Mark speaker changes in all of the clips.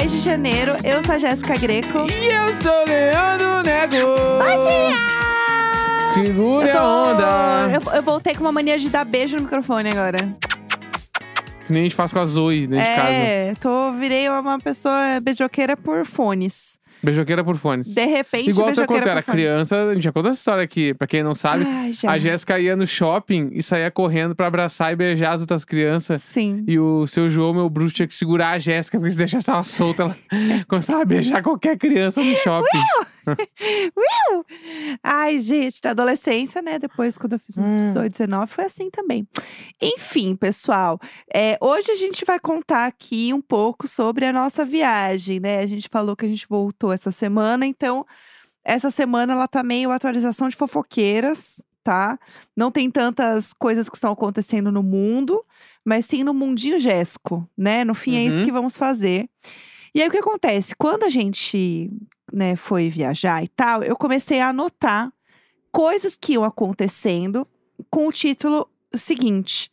Speaker 1: é de janeiro. Eu sou a Jéssica Greco.
Speaker 2: E eu sou Leandro Nego.
Speaker 1: Bom dia!
Speaker 2: Segure
Speaker 1: Eu tô-
Speaker 2: a onda.
Speaker 1: Eu, eu voltei com uma mania de dar beijo no microfone agora.
Speaker 2: Que nem a gente faz com a Zoe dentro de casa.
Speaker 1: é, tô, virei uma pessoa beijoqueira por fones.
Speaker 2: Beijoqueira por fones.
Speaker 1: De repente,
Speaker 2: Igual eu
Speaker 1: beijoqueira
Speaker 2: quando eu era
Speaker 1: por fones.
Speaker 2: criança, a gente já contou essa história aqui, pra quem não sabe.
Speaker 1: Ai, já.
Speaker 2: A Jéssica ia no shopping e saía correndo pra abraçar e beijar as outras crianças.
Speaker 1: Sim.
Speaker 2: E o seu João, meu bruxo, tinha que segurar a Jéssica, porque se deixasse ela solta, ela começava a beijar qualquer criança no shopping.
Speaker 1: Will! Ai, gente, da adolescência, né? Depois, quando eu fiz uns
Speaker 2: Hum.
Speaker 1: 18, 19, foi assim também. Enfim, pessoal, é, hoje a gente vai contar aqui um pouco sobre a nossa viagem, né? A gente falou que a gente voltou essa semana, então essa semana ela tá meio atualização de fofoqueiras, tá? Não tem tantas coisas que estão acontecendo no mundo, mas sim no mundinho Jéssico, né? No fim é isso
Speaker 2: Uhum.
Speaker 1: que vamos fazer. E aí o que acontece? Quando a gente né, foi viajar e tal, eu comecei a anotar coisas que iam acontecendo com o título seguinte: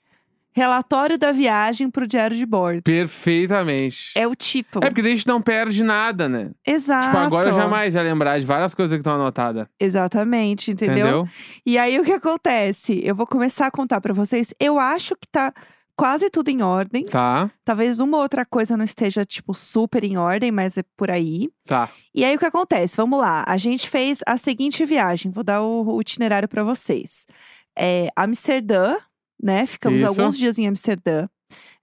Speaker 1: Relatório da viagem pro diário de bordo.
Speaker 2: Perfeitamente.
Speaker 1: É Ah, o título.
Speaker 2: É porque daí a gente não perde nada, né?
Speaker 1: Exato.
Speaker 2: Tipo, agora eu jamais ia lembrar de várias coisas que estão anotadas.
Speaker 1: Exatamente, entendeu?
Speaker 2: Entendeu?
Speaker 1: E aí o que acontece? Eu vou começar a contar pra vocês. Eu acho que tá quase tudo em ordem.
Speaker 2: Tá,
Speaker 1: Talvez uma outra coisa não esteja tipo super em ordem, mas é por aí.
Speaker 2: tá.
Speaker 1: E aí o que acontece? Vamos lá. A gente fez a seguinte viagem. Vou dar o o itinerário para vocês. É, Amsterdã, né? Ficamos
Speaker 2: Isso.
Speaker 1: alguns dias em Amsterdã.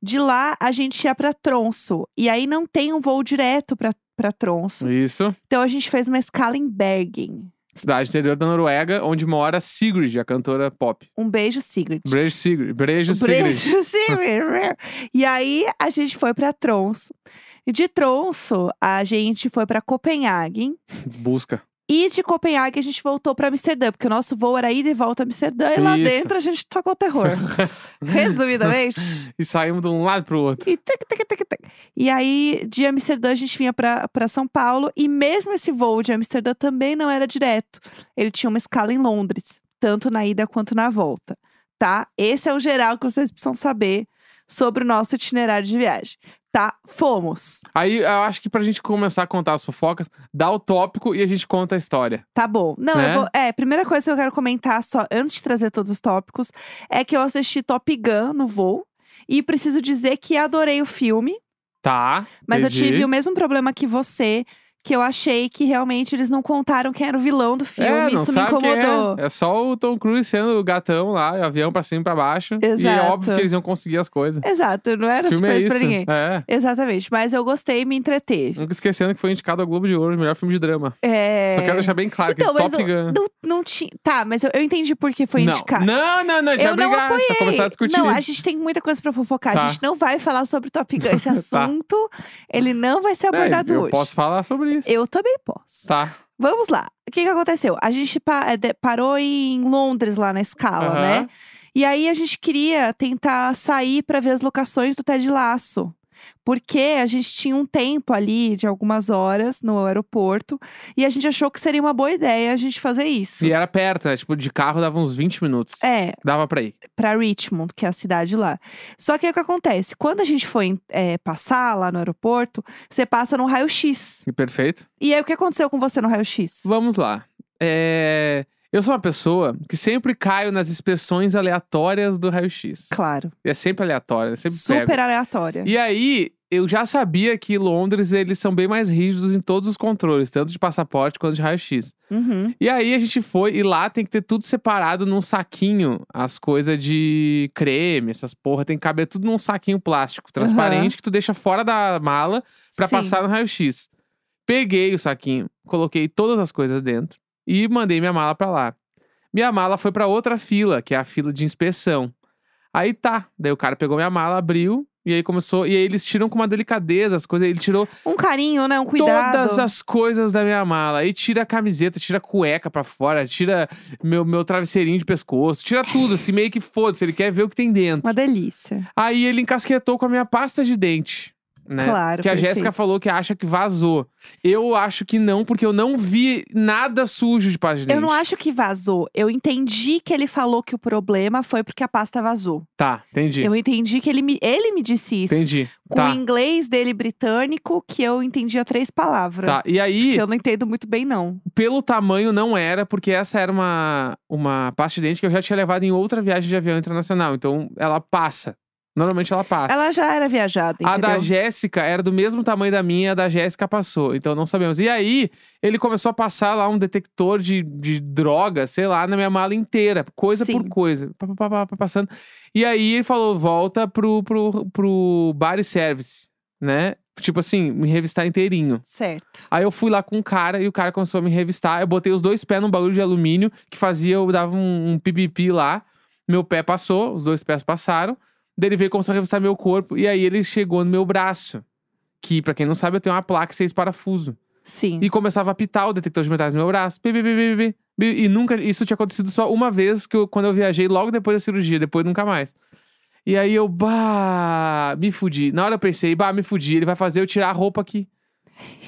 Speaker 1: De lá a gente ia para Tronso. E aí não tem um voo direto para
Speaker 2: Hum.
Speaker 1: Tronso.
Speaker 2: Isso.
Speaker 1: Então a gente fez uma escala em Bergen.
Speaker 2: Cidade interior da Noruega, onde mora Sigrid, a cantora pop.
Speaker 1: Um beijo, Sigrid.
Speaker 2: Brejo Sigrid. Brejo Sigrid.
Speaker 1: Brejo, Sigrid. e aí a gente foi para Tronso. E de Tronso a gente foi para Copenhague.
Speaker 2: Busca.
Speaker 1: E de Copenhague a gente voltou pra Amsterdã, porque o nosso voo era ida e volta a Amsterdã, e lá
Speaker 2: Isso.
Speaker 1: dentro a gente tocou terror. Resumidamente.
Speaker 2: E saímos de um lado pro outro.
Speaker 1: E, tic, tic, tic, tic. E aí, de Amsterdã, a gente vinha pra pra São Paulo, e mesmo esse voo de Amsterdã também não era direto. Ele tinha uma escala em Londres, tanto na ida quanto na volta. Tá? Esse é o geral que vocês precisam saber sobre o nosso itinerário de viagem. Tá? Fomos.
Speaker 2: Aí eu acho que pra gente começar a contar as fofocas, dá o tópico e a gente conta a história.
Speaker 1: Tá bom. Não,
Speaker 2: Né?
Speaker 1: eu vou. É, primeira coisa que eu quero comentar, só antes de trazer todos os tópicos, é que eu assisti Top Gun no voo. E preciso dizer que adorei o filme,
Speaker 2: Tá.
Speaker 1: mas eu
Speaker 2: entendi.
Speaker 1: tive um o mesmo problema que você, que eu achei que realmente eles não contaram quem era o vilão do filme.
Speaker 2: É, não
Speaker 1: isso me
Speaker 2: sabe quem
Speaker 1: incomodou.
Speaker 2: é. é só o Tom Cruise sendo o gatão lá, o avião pra cima e pra baixo. E é
Speaker 1: Exato.
Speaker 2: óbvio que eles iam conseguir as coisas.
Speaker 1: Exato, não era
Speaker 2: o filme é
Speaker 1: surpresa
Speaker 2: isso.
Speaker 1: pra ninguém.
Speaker 2: É.
Speaker 1: Exatamente, mas eu gostei e me entreteve.
Speaker 2: Nunca esquecendo que foi indicado ao Globo de Ouro, melhor filme de drama.
Speaker 1: É...
Speaker 2: Só quero deixar bem claro
Speaker 1: Então,
Speaker 2: que
Speaker 1: mas
Speaker 2: Top Gun.
Speaker 1: não, não tinha. Tá, mas eu, eu entendi por que foi
Speaker 2: não.
Speaker 1: indicado.
Speaker 2: Não, não, não, a gente
Speaker 1: Eu
Speaker 2: vai
Speaker 1: não
Speaker 2: brigar. a gente Vai começar a discutir.
Speaker 1: Não, a gente tem muita coisa pra fofocar.
Speaker 2: Tá.
Speaker 1: A gente não vai falar sobre Top Gun. Esse assunto, ele não vai ser
Speaker 2: É,
Speaker 1: abordado
Speaker 2: eu
Speaker 1: hoje.
Speaker 2: posso falar sobre isso.
Speaker 1: Eu também posso.
Speaker 2: Tá.
Speaker 1: Vamos lá. O que, que aconteceu? A gente pa- eh, de- parou em Londres, lá na escala,
Speaker 2: Aham.
Speaker 1: né? E aí a gente queria tentar sair pra ver as locações do Ted Laço. Porque a gente tinha um tempo ali de algumas horas no aeroporto e a gente achou que seria uma boa ideia a gente fazer isso.
Speaker 2: E era perto, né? Tipo, de carro dava uns 20 minutos.
Speaker 1: É,
Speaker 2: Dava pra ir.
Speaker 1: para Richmond, que é a cidade lá. Só que aí o que acontece? Quando a gente foi é, passar lá no aeroporto, você passa no raio-x.
Speaker 2: Perfeito?
Speaker 1: E aí o que aconteceu com você no raio-x?
Speaker 2: Vamos lá. É, Eu sou uma pessoa que sempre caio nas inspeções aleatórias do raio-x.
Speaker 1: Claro.
Speaker 2: É sempre aleatório, é sempre
Speaker 1: super
Speaker 2: pego.
Speaker 1: aleatória.
Speaker 2: E aí, eu já sabia que Londres, eles são bem mais rígidos em todos os controles, tanto de passaporte quanto de raio-x.
Speaker 1: Uhum.
Speaker 2: E aí a gente foi, e lá tem que ter tudo separado num saquinho. As coisas de creme, essas porra, tem que caber tudo num saquinho plástico transparente que tu deixa fora da mala pra
Speaker 1: Sim.
Speaker 2: passar no raio-x. Peguei o saquinho, coloquei todas as coisas dentro e mandei minha mala pra lá. Minha mala foi pra outra fila, que é a fila de inspeção. Aí tá, daí o cara pegou minha mala, abriu, e aí começou. E aí eles tiram com uma delicadeza as coisas. Ele tirou
Speaker 1: Um carinho, né? Um cuidado.
Speaker 2: todas as coisas da minha mala. Aí tira a camiseta, tira a cueca pra fora, tira meu, meu travesseirinho de pescoço, tira tudo, assim, meio que foda-se, ele quer ver o que tem dentro.
Speaker 1: Uma delícia.
Speaker 2: Aí ele encasquetou com a minha pasta de dente. né?
Speaker 1: Claro.
Speaker 2: Que a
Speaker 1: perfeito.
Speaker 2: Jéssica falou que acha que vazou. Eu acho que não, porque eu não vi nada sujo de página
Speaker 1: Eu não acho que vazou. Eu entendi que ele falou que o problema foi porque a pasta vazou.
Speaker 2: Tá, entendi.
Speaker 1: Eu entendi que ele me, ele me disse isso.
Speaker 2: Entendi.
Speaker 1: Com o
Speaker 2: Tá,
Speaker 1: inglês dele britânico, que eu entendia três palavras.
Speaker 2: tá. E aí,
Speaker 1: Que eu não entendo muito bem, não.
Speaker 2: pelo tamanho não era, porque essa era uma, uma pasta de dente que eu já tinha levado em outra viagem de avião internacional. Então, ela passa. Normalmente ela passa.
Speaker 1: Ela já era viajada,
Speaker 2: Tá A
Speaker 1: entendeu?
Speaker 2: da Jéssica era do mesmo tamanho da minha, a da Jéssica passou. Então não sabemos. E aí, ele começou a passar lá um detector de, de droga, sei lá, na minha mala inteira, coisa
Speaker 1: Sim.
Speaker 2: por coisa. Pá, pá, pá, pá, pá, passando. E aí ele falou: volta pro, pro, pro bar e service, né? Tipo assim, me revistar inteirinho.
Speaker 1: Certo.
Speaker 2: Aí eu fui lá com um cara e o cara começou a me revistar. Eu botei os dois pés num bagulho de alumínio que fazia, eu dava um, um pipipi lá. Meu pé passou, os dois pés passaram. Daí ele veio e começou a revistar meu corpo. E aí ele chegou no meu braço. Que, pra quem não sabe, eu tenho uma placa e seis parafusos.
Speaker 1: Sim.
Speaker 2: E começava a apitar o detector de metais no meu braço. Bi, bi, bi, bi, bi, bi. E nunca. Isso tinha acontecido só uma vez que eu- quando eu viajei, logo depois da cirurgia, depois nunca mais. E aí eu, bah, me fudi. Na hora eu pensei, bah, me fudi, ele vai fazer eu tirar a roupa aqui.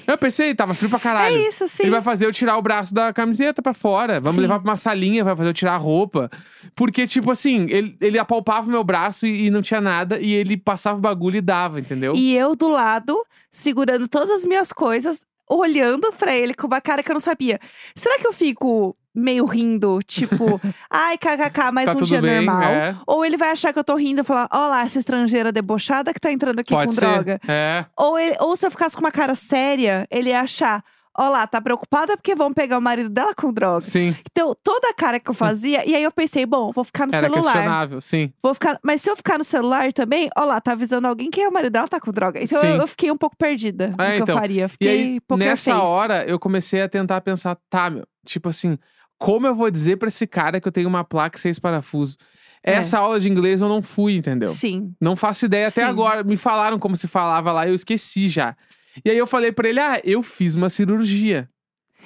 Speaker 2: Eu pensei, tava frio pra caralho.
Speaker 1: É isso, sim.
Speaker 2: Ele vai fazer eu tirar o braço da camiseta pra fora. Vamos
Speaker 1: Sim.
Speaker 2: levar pra uma salinha, vai fazer eu tirar a roupa. Porque, tipo assim, ele, ele apalpava o meu braço e, e não tinha nada. E ele passava o bagulho e dava, entendeu?
Speaker 1: E eu do lado, segurando todas as minhas coisas, olhando pra ele com uma cara que eu não sabia. Será que eu fico meio rindo, tipo, ai, kkk, mais
Speaker 2: tá
Speaker 1: um
Speaker 2: tudo
Speaker 1: dia
Speaker 2: bem,
Speaker 1: normal?
Speaker 2: é.
Speaker 1: Ou ele vai achar que eu tô rindo e falar, ó lá, essa estrangeira debochada que tá entrando aqui
Speaker 2: Pode
Speaker 1: com
Speaker 2: ser.
Speaker 1: droga.
Speaker 2: É.
Speaker 1: Ou, ele- ou se eu ficasse com uma cara séria, ele ia achar, ó lá, tá preocupada porque vão pegar o marido dela com droga.
Speaker 2: Sim.
Speaker 1: Então, toda a cara que eu fazia, e aí eu pensei, bom, vou ficar no
Speaker 2: Era
Speaker 1: celular.
Speaker 2: questionável, sim.
Speaker 1: Vou ficar, mas se eu ficar no celular também, ó lá, tá avisando alguém que é o marido dela tá com droga. Então
Speaker 2: Sim.
Speaker 1: eu, eu fiquei um pouco perdida no que
Speaker 2: então,
Speaker 1: eu faria.
Speaker 2: E
Speaker 1: Fiquei
Speaker 2: aí,
Speaker 1: poker
Speaker 2: nessa
Speaker 1: face.
Speaker 2: hora, eu comecei a tentar pensar, tá, meu, tipo assim, como eu vou dizer pra esse cara que eu tenho uma placa e seis parafusos?
Speaker 1: É.
Speaker 2: Essa aula de inglês eu não fui, entendeu?
Speaker 1: Sim.
Speaker 2: Não faço ideia até
Speaker 1: Sim.
Speaker 2: agora. Me falaram como se falava lá, eu esqueci já. E aí eu falei pra ele: "Ah, eu fiz uma cirurgia".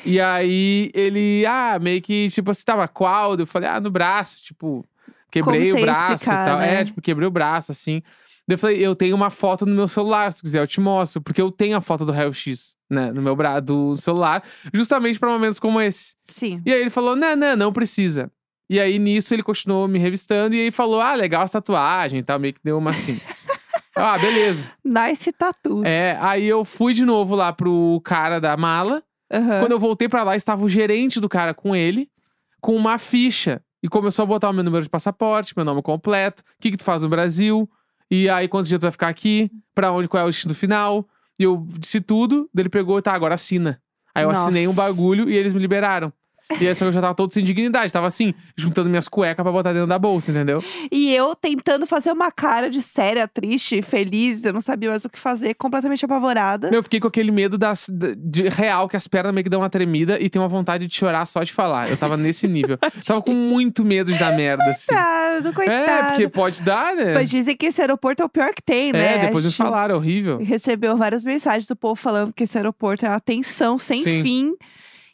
Speaker 2: E aí ele, ah, meio que tipo assim, tava qual? Eu falei: "Ah, no braço, tipo, quebrei
Speaker 1: Como
Speaker 2: o
Speaker 1: você ia
Speaker 2: braço
Speaker 1: explicar,
Speaker 2: e tal".
Speaker 1: né?
Speaker 2: É, tipo, quebrei o braço assim. Daí Eu falei, eu tenho uma foto no meu celular, se quiser eu te mostro, porque eu tenho a foto do raio-x, né, no meu braço, do celular, justamente pra momentos como esse.
Speaker 1: Sim.
Speaker 2: E aí ele falou: não, não, não precisa. E aí nisso ele continuou me revistando e aí falou: ah, legal essa tatuagem e tal, meio que deu uma assim. Eu, ah, beleza.
Speaker 1: Nice tattoos.
Speaker 2: É, aí eu fui de novo lá pro cara da mala.
Speaker 1: Aham.
Speaker 2: Quando eu voltei pra lá, estava o gerente do cara com ele, com uma ficha. E começou a botar o meu número de passaporte, meu nome completo, o que, que tu faz no Brasil, e aí quantos dias tu vai ficar aqui, pra onde, qual é o destino final. E eu disse tudo, daí ele pegou, tá, agora assina. Aí eu
Speaker 1: Nossa.
Speaker 2: assinei um bagulho e eles me liberaram. E aí só que eu já tava todo sem dignidade, tava assim, juntando minhas cuecas pra botar dentro da bolsa, entendeu?
Speaker 1: E eu tentando fazer uma cara de séria, triste, feliz, eu não sabia mais o que fazer, completamente apavorada.
Speaker 2: Eu fiquei com aquele medo das, da- de real, que as pernas meio que dão uma tremida e tem uma vontade de chorar só de falar. Eu tava nesse nível. tava com muito medo de dar merda, assim.
Speaker 1: Coitado, coitado.
Speaker 2: É, porque pode dar, né?
Speaker 1: Mas dizem que esse aeroporto é o pior que tem, né?
Speaker 2: É, depois
Speaker 1: A
Speaker 2: eles
Speaker 1: gente
Speaker 2: falaram, é horrível.
Speaker 1: recebeu várias mensagens do povo falando que esse aeroporto é uma tensão sem
Speaker 2: Sim.
Speaker 1: fim.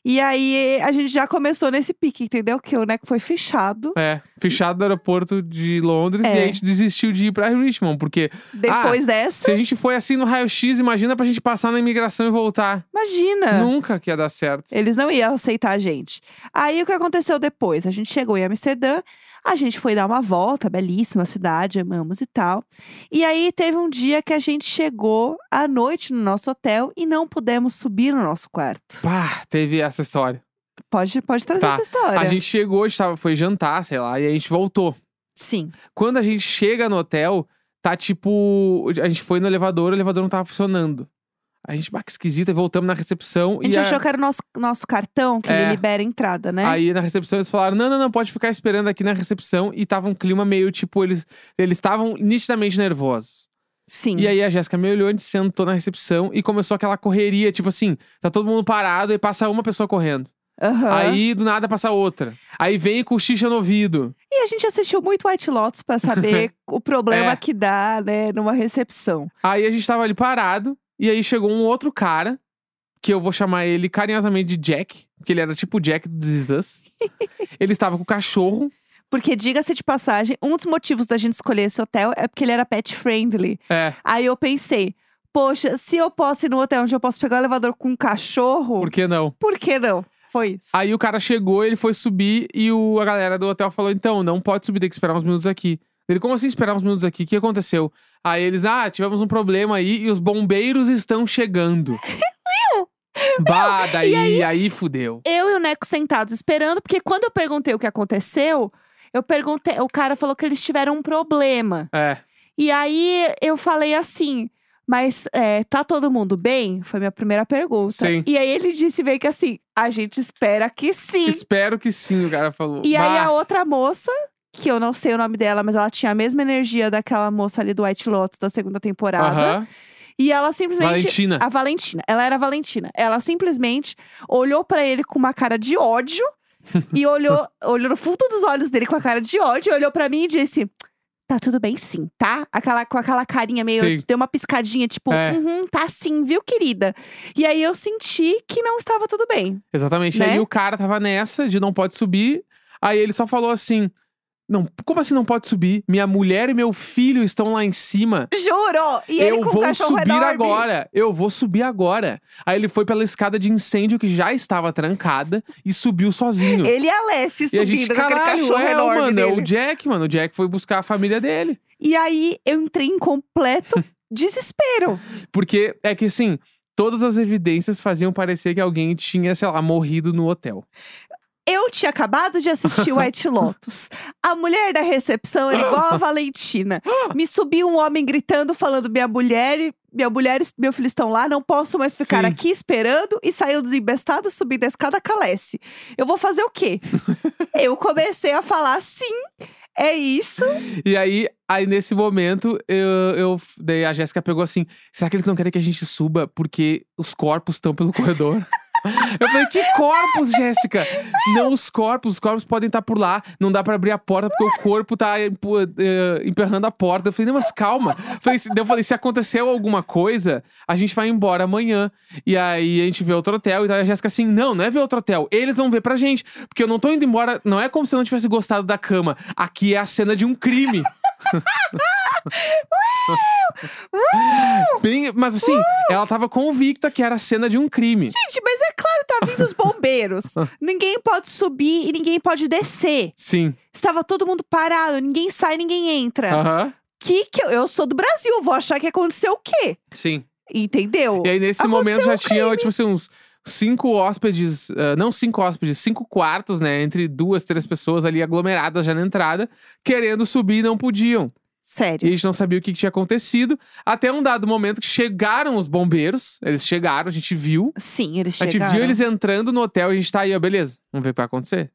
Speaker 1: E aí a gente já começou nesse pique, entendeu? Que o NEC foi fechado.
Speaker 2: É, fechado no aeroporto de Londres e
Speaker 1: É.
Speaker 2: a gente desistiu de ir pra Richmond, porque
Speaker 1: Depois dessa,
Speaker 2: se a gente foi assim no raio-x, imagina pra gente passar na imigração e voltar.
Speaker 1: imagina.
Speaker 2: Nunca que ia dar certo.
Speaker 1: Eles não iam aceitar a gente. Aí o que aconteceu depois? A gente chegou em Amsterdã, a gente foi dar uma volta, belíssima cidade, amamos e tal. E aí teve um dia que a gente chegou à noite no nosso hotel e não pudemos subir no nosso quarto.
Speaker 2: Pá, teve essa história.
Speaker 1: Pode, pode trazer
Speaker 2: Tá.
Speaker 1: essa história.
Speaker 2: A gente chegou, a gente tava- foi jantar, sei lá, e a gente voltou.
Speaker 1: Sim.
Speaker 2: Quando a gente chega no hotel, tá tipo. A gente foi no elevador, o elevador não tava funcionando. A gente, bah, que esquisito, aí voltamos na recepção.
Speaker 1: A gente
Speaker 2: e
Speaker 1: achou que era o nosso, nosso cartão, que
Speaker 2: É.
Speaker 1: ele libera a entrada, né?
Speaker 2: Aí na recepção eles falaram: não, não, não, pode ficar esperando aqui na recepção. E tava um clima meio tipo, eles eles estavam nitidamente nervosos.
Speaker 1: Sim.
Speaker 2: E aí a Jéssica me olhou, a gente sentou na recepção e começou aquela correria, tipo assim: tá todo mundo parado e passa uma pessoa correndo.
Speaker 1: Aham.
Speaker 2: Aí do nada passa outra. Aí vem e cochicha no ouvido.
Speaker 1: E a gente assistiu muito White Lotus pra saber o problema
Speaker 2: É.
Speaker 1: que dá, né, numa recepção.
Speaker 2: Aí a gente tava ali parado e aí chegou um outro cara, que eu vou chamar ele carinhosamente de Jack, porque ele era tipo o Jack do This Is Us. ele estava com o cachorro.
Speaker 1: Porque, diga-se de passagem, um dos motivos da gente escolher esse hotel é porque ele era pet friendly.
Speaker 2: É.
Speaker 1: Aí eu pensei, Poxa, se eu posso ir no hotel onde eu posso pegar o elevador com um cachorro,
Speaker 2: Por
Speaker 1: por,
Speaker 2: que não?
Speaker 1: que não? Foi isso.
Speaker 2: Aí o cara chegou, ele foi subir e o, a galera do hotel falou: então, não pode subir, tem que esperar uns minutos aqui. Ele, como assim esperar uns minutos aqui? O que aconteceu? Aí eles, ah, tivemos um problema aí e os bombeiros estão chegando. bah, daí,
Speaker 1: E
Speaker 2: aí... fudeu.
Speaker 1: Eu e o Neco sentados esperando, porque quando eu perguntei o que aconteceu, eu perguntei, o cara falou que eles tiveram um problema.
Speaker 2: É.
Speaker 1: E aí eu falei assim, mas é, tá todo mundo bem? Foi minha primeira pergunta.
Speaker 2: Sim.
Speaker 1: E aí ele disse bem que assim, a gente espera que sim.
Speaker 2: Espero que sim, o cara falou.
Speaker 1: E aí
Speaker 2: Bah,
Speaker 1: a outra moça, que eu não sei o nome dela, mas ela tinha a mesma energia daquela moça ali do White Lotus da segunda temporada.
Speaker 2: aham.
Speaker 1: E ela simplesmente.
Speaker 2: Valentina.
Speaker 1: A Valentina, ela era a Valentina. Ela simplesmente olhou pra ele com uma cara de ódio e olhou, olhou no fundo dos olhos dele com a cara de ódio, olhou pra mim e disse: Tá tudo bem sim, tá? Aquela, com aquela carinha meio.
Speaker 2: Sim.
Speaker 1: Deu uma piscadinha, tipo,
Speaker 2: É.
Speaker 1: "Uhum, tá sim, viu, querida? E aí eu senti que não estava tudo bem.
Speaker 2: Exatamente.
Speaker 1: Né?
Speaker 2: Aí o cara tava nessa de não pode subir. Aí ele só falou assim: Não, como assim não pode subir? Minha mulher e meu filho estão lá em cima.
Speaker 1: Juro! E ele
Speaker 2: eu
Speaker 1: com o
Speaker 2: vou
Speaker 1: cachorro
Speaker 2: subir
Speaker 1: enorme.
Speaker 2: agora. Eu vou subir agora. Aí ele foi pela escada de incêndio que já estava trancada e subiu sozinho.
Speaker 1: Ele e a Lessie
Speaker 2: e a
Speaker 1: subindo
Speaker 2: gente,
Speaker 1: com aquele
Speaker 2: caralho,
Speaker 1: cachorro
Speaker 2: é,
Speaker 1: enorme
Speaker 2: mano, é
Speaker 1: dele.
Speaker 2: o Jack, mano. O Jack foi buscar a família dele.
Speaker 1: E aí eu entrei em completo desespero.
Speaker 2: Porque é que assim, todas as evidências faziam parecer que alguém tinha, sei lá, morrido no hotel.
Speaker 1: Eu tinha acabado de assistir White Lotus. A mulher da recepção era igual a Valentina. Me subiu um homem gritando, falando: minha mulher, e- minha mulher e meu filho estão lá, não posso mais ficar
Speaker 2: Sim.
Speaker 1: aqui esperando. E saiu desembestado, subindo a escada, calece. Eu vou fazer o quê? eu comecei a falar: sim, é isso.
Speaker 2: E aí, aí nesse momento, eu, eu daí a Jéssica pegou assim: será que eles não querem que a gente suba porque os corpos estão pelo corredor? Eu falei, que corpos, Jéssica? Não os corpos, os corpos podem estar por lá. Não dá pra abrir a porta porque o corpo tá empu- eh, emperrando a porta. Eu falei, não, mas calma. Eu falei, se- daí eu falei, se aconteceu alguma coisa, a gente vai embora amanhã. E aí a gente vê outro hotel e tal. E a Jéssica assim, não, não é ver outro hotel. Eles vão ver pra gente. Porque eu não tô indo embora. Não é como se eu não tivesse gostado da cama. Aqui é a cena de um crime. Bem, mas assim, ela tava convicta que era a cena de um crime.
Speaker 1: Gente, mas é claro, tá vindo os bombeiros. ninguém pode subir e ninguém pode descer.
Speaker 2: Sim.
Speaker 1: Estava todo mundo parado, ninguém sai, ninguém entra.
Speaker 2: Aham.
Speaker 1: Que que eu, eu sou do Brasil, vou achar que aconteceu o quê?
Speaker 2: Sim.
Speaker 1: Entendeu?
Speaker 2: E aí, nesse
Speaker 1: Aconteceu
Speaker 2: momento, já
Speaker 1: um
Speaker 2: tinha,
Speaker 1: crime.
Speaker 2: tipo assim, uns cinco hóspedes, ah, não cinco hóspedes, cinco quartos, né? Entre duas, três pessoas ali aglomeradas já na entrada, querendo subir e não podiam. E a
Speaker 1: Sério.
Speaker 2: gente não sabia o que que tinha acontecido. Até um dado momento que chegaram os bombeiros. Eles chegaram, a gente viu.
Speaker 1: Sim, eles
Speaker 2: A gente
Speaker 1: chegaram.
Speaker 2: viu eles entrando no hotel e a gente tá aí, ó, beleza. Vamos ver o que vai acontecer.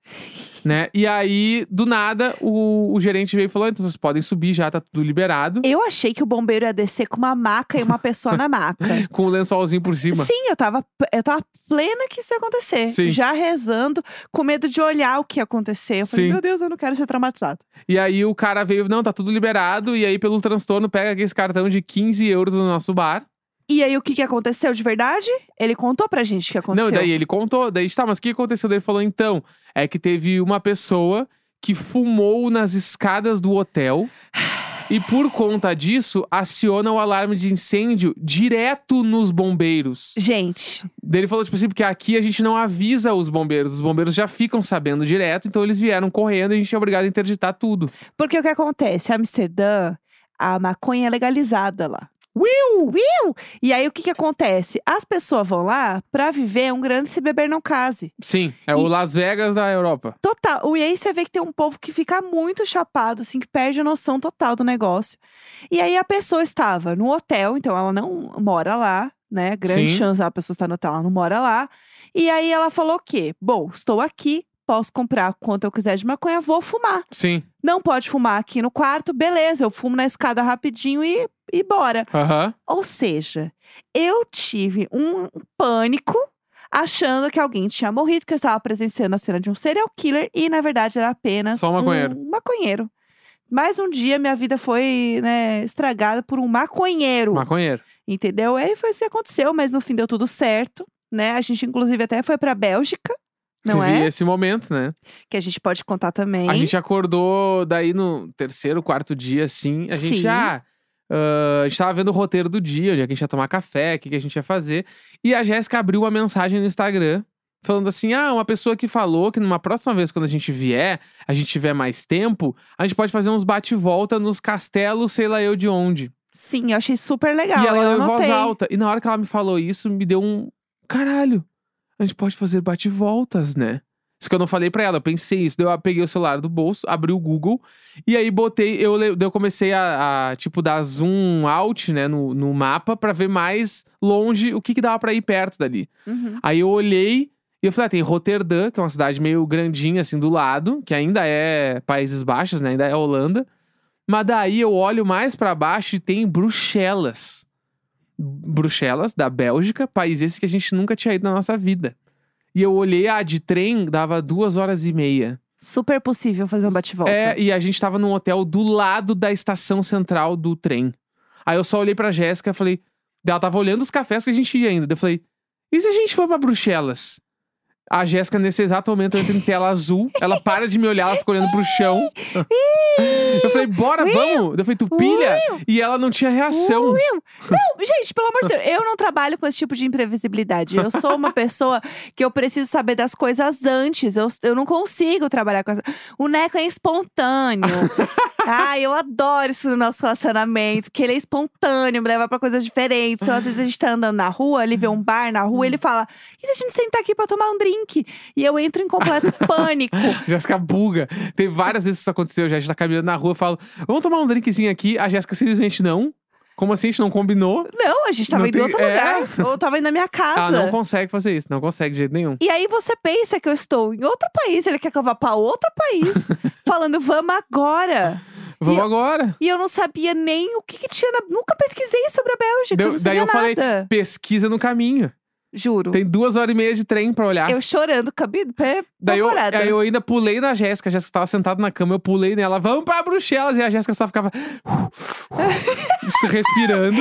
Speaker 2: né? E aí, do nada, o, o gerente veio e falou: então vocês podem subir já, tá tudo liberado.
Speaker 1: Eu achei que o bombeiro ia descer com uma maca e uma pessoa na maca.
Speaker 2: Com o lençolzinho por cima.
Speaker 1: Sim, eu tava, eu tava plena que isso ia acontecer.
Speaker 2: Sim.
Speaker 1: Já rezando, com medo de olhar o que ia acontecer. Eu falei,
Speaker 2: Sim.
Speaker 1: meu Deus, eu não quero ser traumatizado.
Speaker 2: E aí o cara veio, não, tá tudo liberado. E aí, pelo transtorno, pega aqui esse cartão de 15 euros no nosso bar.
Speaker 1: E aí, o que, que aconteceu de verdade? Ele contou pra gente o que aconteceu.
Speaker 2: Não, daí ele contou. Daí, a gente, tá, mas o que aconteceu? Daí ele falou, então, é que teve uma pessoa que fumou nas escadas do hotel. E por conta disso, aciona o alarme de incêndio direto nos bombeiros.
Speaker 1: Gente,
Speaker 2: Daí ele falou, tipo assim, porque aqui a gente não avisa os bombeiros. Os bombeiros já ficam sabendo direto, então eles vieram correndo e a gente é obrigado a interditar tudo.
Speaker 1: Porque o que acontece? Amsterdã, a maconha é legalizada lá.
Speaker 2: Will!
Speaker 1: Will! E aí, o que, que acontece? As pessoas vão lá pra viver um grande se beber não case.
Speaker 2: Sim, é o
Speaker 1: E-
Speaker 2: Las Vegas da Europa.
Speaker 1: Total. E aí, você vê que tem um povo que fica muito chapado, assim, que perde a noção total do negócio. E aí, a pessoa estava no hotel, então ela não mora lá, né? Grande
Speaker 2: Sim.
Speaker 1: chance a pessoa estar no hotel, ela não mora lá. E aí, ela falou o quê? Bom, estou aqui, posso comprar quanto eu quiser de maconha, vou fumar.
Speaker 2: Sim.
Speaker 1: não pode fumar aqui no quarto, beleza, eu fumo na escada rapidinho e, e bora.
Speaker 2: Aham.
Speaker 1: Ou seja, eu tive um pânico achando que alguém tinha morrido, que eu estava presenciando a cena de um serial killer e, na verdade, era apenas
Speaker 2: Só um maconheiro.
Speaker 1: um maconheiro. Mais um dia minha vida foi né, estragada por um maconheiro.
Speaker 2: Maconheiro.
Speaker 1: Entendeu? E aí foi isso que aconteceu, mas no fim deu tudo certo, né? A gente, inclusive, até foi pra Bélgica, não
Speaker 2: Teve
Speaker 1: é?
Speaker 2: esse momento, né?
Speaker 1: Que a gente pode contar também.
Speaker 2: A gente acordou daí no terceiro, quarto dia, assim. A gente,
Speaker 1: Sim.
Speaker 2: ah, Ah, a gente tava vendo o roteiro do dia, onde é que a gente ia tomar café, o que, que a gente ia fazer. E a Jéssica abriu uma mensagem no Instagram falando assim: ah, uma pessoa que falou que numa próxima vez, quando a gente vier, a gente tiver mais tempo, a gente pode fazer uns bate-volta nos castelos, sei lá eu de onde.
Speaker 1: Sim, eu achei super legal.
Speaker 2: e ela
Speaker 1: eu
Speaker 2: em voz
Speaker 1: anotei.
Speaker 2: alta. E na hora que ela me falou isso, me deu um. Caralho, a gente pode fazer bate-voltas, né? Isso que eu não falei pra ela, eu pensei isso. Daí eu peguei o celular do bolso, abri o Google, e aí botei. Eu, le- daí eu comecei a, a, tipo, dar zoom out, né, no, no mapa, pra ver mais longe o que, que dava pra ir perto dali.
Speaker 1: Uhum.
Speaker 2: Aí eu olhei e eu falei, ah, tem Roterdã, que é uma cidade meio grandinha, assim, do lado, que ainda é Países Baixos, né? Ainda é Holanda. Mas daí eu olho mais pra baixo e tem Bruxelas. Bruxelas, da Bélgica, país esse que a gente nunca tinha ido na nossa vida. E eu olhei, ah, de trem dava duas horas e meia.
Speaker 1: Super possível fazer um bate-volta.
Speaker 2: É, e a gente tava num hotel do lado da estação central do trem. Aí eu só olhei pra Jéssica e falei. Ela tava olhando os cafés que a gente ia ainda. Daí Eu falei, e se a gente for pra Bruxelas? A Jéssica, nesse exato momento, entra em tela azul. Ela para de me olhar, ela fica olhando pro chão. eu falei, bora, vamos. Daí Eu falei, tu pilha? E ela não tinha reação.
Speaker 1: Will, Não, gente, pelo amor de Deus, eu não trabalho com esse tipo de imprevisibilidade. Eu sou uma pessoa que eu preciso saber das coisas antes. Eu, eu não consigo trabalhar com essa. O Neco é espontâneo. Ai, eu adoro isso no nosso relacionamento, que ele é espontâneo, me leva pra coisas diferentes. Então, às vezes a gente tá andando na rua, ele vê um bar na rua, ele fala: e se a gente sentar aqui pra tomar um drink? E eu entro em completo pânico.
Speaker 2: Jéssica buga. Tem várias vezes que isso aconteceu. já. A gente tá caminhando na rua, eu falo, vamos tomar um drinkzinho aqui. A Jéssica simplesmente não. Como assim? A gente não combinou.
Speaker 1: Não, a gente tava
Speaker 2: Não
Speaker 1: indo
Speaker 2: tem-
Speaker 1: em outro
Speaker 2: é.
Speaker 1: lugar. Ou tava indo na minha casa.
Speaker 2: Ela não consegue fazer isso, não consegue de jeito nenhum.
Speaker 1: E aí você pensa que eu estou em outro país, ele quer que eu vá pra outro país, falando vamos agora.
Speaker 2: Vamos
Speaker 1: E-
Speaker 2: agora.
Speaker 1: E eu não sabia nem o que, que tinha na... Nunca pesquisei sobre a Bélgica,
Speaker 2: Deu-
Speaker 1: não
Speaker 2: daí
Speaker 1: sabia
Speaker 2: eu falei,
Speaker 1: nada.
Speaker 2: pesquisa no caminho.
Speaker 1: Juro.
Speaker 2: Tem duas horas e meia de trem pra olhar.
Speaker 1: Eu chorando, cabido, pé,
Speaker 2: Daí eu,
Speaker 1: apavorada.
Speaker 2: aí eu ainda pulei na Jéssica. A Jéssica tava sentada na cama, eu pulei nela. Vamos pra Bruxelas. E a Jéssica só ficava... se respirando.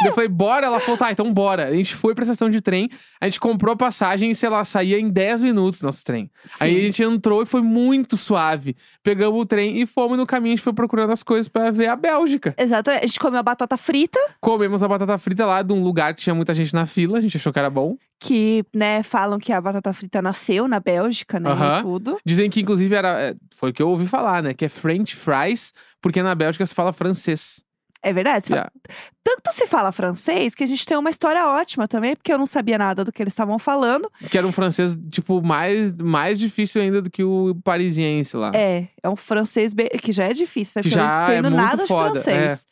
Speaker 2: Daí eu falei, bora. Ela falou, tá, então bora. A gente foi pra estação de trem. A gente comprou a passagem e, sei lá, saía em 10 minutos nosso trem. Aí a
Speaker 1: Sim.
Speaker 2: gente entrou e foi muito suave. Pegamos o trem e fomos no caminho. A gente foi procurando as coisas pra ver a Bélgica.
Speaker 1: Exatamente. A gente comeu batata frita,
Speaker 2: Comemos a batata frita lá de um lugar que tinha muita gente na fila, a gente achou que era bom.
Speaker 1: que, né, falam que a batata frita nasceu na Bélgica, né,
Speaker 2: Aham.
Speaker 1: e tudo.
Speaker 2: Dizem que, inclusive, era. é, Foi o que eu ouvi falar, né? Que é French fries, porque na Bélgica se fala francês.
Speaker 1: É verdade. se fala-
Speaker 2: Yeah.
Speaker 1: Tanto se fala francês que a gente tem uma história ótima também, porque eu não sabia nada do que eles estavam falando.
Speaker 2: Que era um francês, tipo, mais, mais difícil ainda do que o parisiense lá.
Speaker 1: É, é um francês bem- que já é difícil, né?
Speaker 2: Tá. Que
Speaker 1: Porque eu
Speaker 2: já
Speaker 1: não
Speaker 2: é
Speaker 1: entendo
Speaker 2: muito
Speaker 1: nada
Speaker 2: foda, é.
Speaker 1: de francês.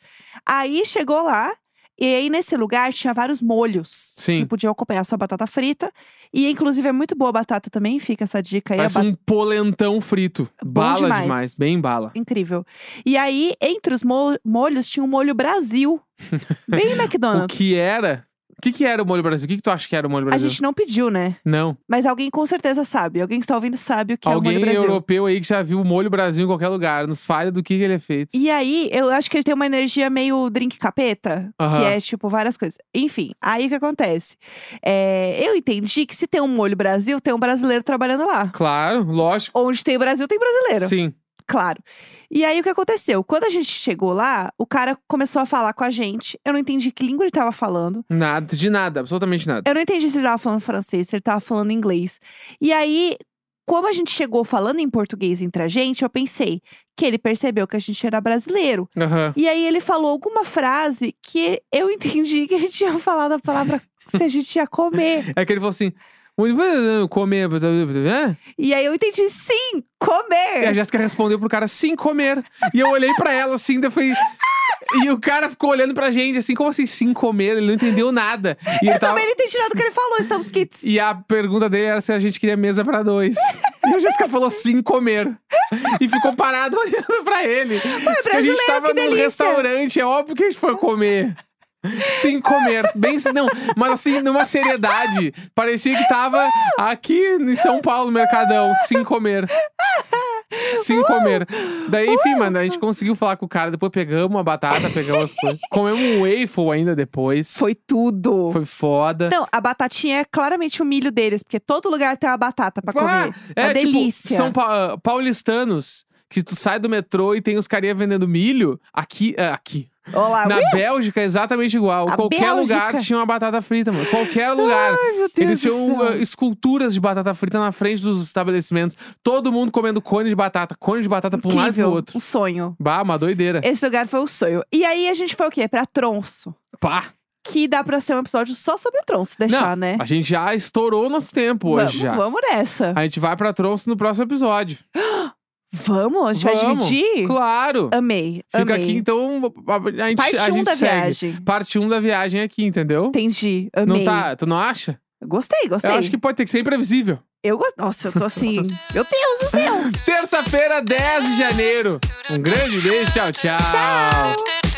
Speaker 1: Aí chegou lá, e aí nesse lugar tinha vários molhos
Speaker 2: Sim.
Speaker 1: que podiam acompanhar a sua batata frita. E inclusive é muito boa a batata também, fica essa dica aí. a
Speaker 2: Parece
Speaker 1: batata
Speaker 2: um polentão frito.
Speaker 1: Bom
Speaker 2: Bala demais.
Speaker 1: demais.
Speaker 2: bem bala.
Speaker 1: incrível. E aí, entre os mo- molhos, tinha um molho Brasil. Bem
Speaker 2: O
Speaker 1: McDonald's.
Speaker 2: que era? O que, que era o molho Brasil? O que, que tu acha que era o molho
Speaker 1: A
Speaker 2: Brasil?
Speaker 1: gente não pediu, né?
Speaker 2: Não.
Speaker 1: Mas alguém com certeza sabe. Alguém que está ouvindo sabe o que é o
Speaker 2: Alguém
Speaker 1: molho Brasil.
Speaker 2: europeu aí que já viu o molho Brasil em qualquer lugar. Nos falha do que, que ele é feito.
Speaker 1: E aí, eu acho que ele tem uma energia meio drink capeta,
Speaker 2: Aham.
Speaker 1: que é tipo várias coisas. Enfim, aí o que acontece? É, eu entendi que se tem um molho Brasil, tem um brasileiro trabalhando lá.
Speaker 2: Claro, lógico.
Speaker 1: Onde tem Brasil, tem brasileiro.
Speaker 2: Sim.
Speaker 1: Claro. E aí o que aconteceu? Quando a gente chegou lá, o cara começou a falar com a gente. Eu não entendi que língua ele tava falando.
Speaker 2: Nada, de nada, absolutamente nada.
Speaker 1: Eu não entendi se ele tava falando francês, se ele tava falando inglês. E aí, como a gente chegou falando em português entre a gente, eu pensei que ele percebeu que a gente era brasileiro.
Speaker 2: Aham.
Speaker 1: E aí ele falou alguma frase que eu entendi que ele tinha falado a palavra se a gente ia comer.
Speaker 2: É que ele falou assim. "Muito bem, Comer. blá, blá, blá, blá."
Speaker 1: E aí eu entendi, sim,
Speaker 2: E a
Speaker 1: comer!
Speaker 2: Jéssica respondeu pro cara, sim, comer. E eu olhei pra ela assim, daí eu falei. E o cara ficou olhando pra gente, assim, como assim, sim, comer? Ele não entendeu nada. E, ele
Speaker 1: Eu
Speaker 2: tava-
Speaker 1: também não entendi nada do que ele falou, estamos kits.
Speaker 2: e a pergunta dele era se a gente queria mesa pra dois. E a Jéssica falou, sim, comer. E ficou parado olhando pra ele. Diz que a gente
Speaker 1: brasileiro,
Speaker 2: tava
Speaker 1: que
Speaker 2: num
Speaker 1: delícia.
Speaker 2: restaurante, é óbvio que a gente foi comer. Sim, comer. Bem, não, mas assim, numa seriedade. Parecia que tava aqui em São Paulo, Mercadão. Sim, comer. Sim,
Speaker 1: Uh!
Speaker 2: comer. Daí, enfim, mano, a gente conseguiu falar com o cara. Depois pegamos uma batata, pegamos as coisas. Comemos um waffle ainda depois.
Speaker 1: Foi tudo.
Speaker 2: Foi foda.
Speaker 1: Não, a batatinha é claramente o milho deles, porque todo lugar tem uma batata pra
Speaker 2: Ah,
Speaker 1: comer.
Speaker 2: é,
Speaker 1: uma
Speaker 2: tipo,
Speaker 1: delícia.
Speaker 2: são pa- paulistanos que tu sai do metrô e tem os carinha vendendo milho, aqui, ah, aqui.
Speaker 1: Olá,
Speaker 2: Na Bélgica é exatamente igual.
Speaker 1: A
Speaker 2: Qualquer lugar
Speaker 1: Bélgica.
Speaker 2: tinha uma batata frita, mano. Qualquer lugar.
Speaker 1: Ai, meu Deus
Speaker 2: Eles
Speaker 1: do
Speaker 2: tinham
Speaker 1: céu.
Speaker 2: ah, esculturas de batata frita na frente dos estabelecimentos. Todo mundo comendo cone de batata, cone de batata pra um lado e pro
Speaker 1: Incrível, É.
Speaker 2: outro. É.
Speaker 1: um sonho.
Speaker 2: Bah, uma doideira.
Speaker 1: Esse lugar foi o sonho. E aí a gente foi o quê? Pra Tronço.
Speaker 2: Pá!
Speaker 1: Que dá pra ser um episódio só sobre Tronço, se deixar, né?
Speaker 2: A gente já estourou nosso tempo hoje
Speaker 1: vamos,
Speaker 2: já.
Speaker 1: vamos nessa.
Speaker 2: A gente vai pra Tronço no próximo episódio.
Speaker 1: Vamos? A gente vai
Speaker 2: Vamos.
Speaker 1: dividir?
Speaker 2: Claro!
Speaker 1: Amei,
Speaker 2: Fica
Speaker 1: amei.
Speaker 2: aqui então. a- A gente,
Speaker 1: Parte
Speaker 2: a
Speaker 1: 1
Speaker 2: gente
Speaker 1: da
Speaker 2: segue.
Speaker 1: viagem.
Speaker 2: Parte 1 da viagem aqui, entendeu?
Speaker 1: Entendi, amei.
Speaker 2: Não tá, tu não acha?
Speaker 1: Gostei, gostei.
Speaker 2: Eu acho que pode ter que ser imprevisível.
Speaker 1: Eu gosto. Nossa, eu tô assim. Meu Deus do céu!
Speaker 2: Terça-feira, 10 de janeiro. Um grande beijo, tchau. tchau.
Speaker 1: Tchau!
Speaker 3: do do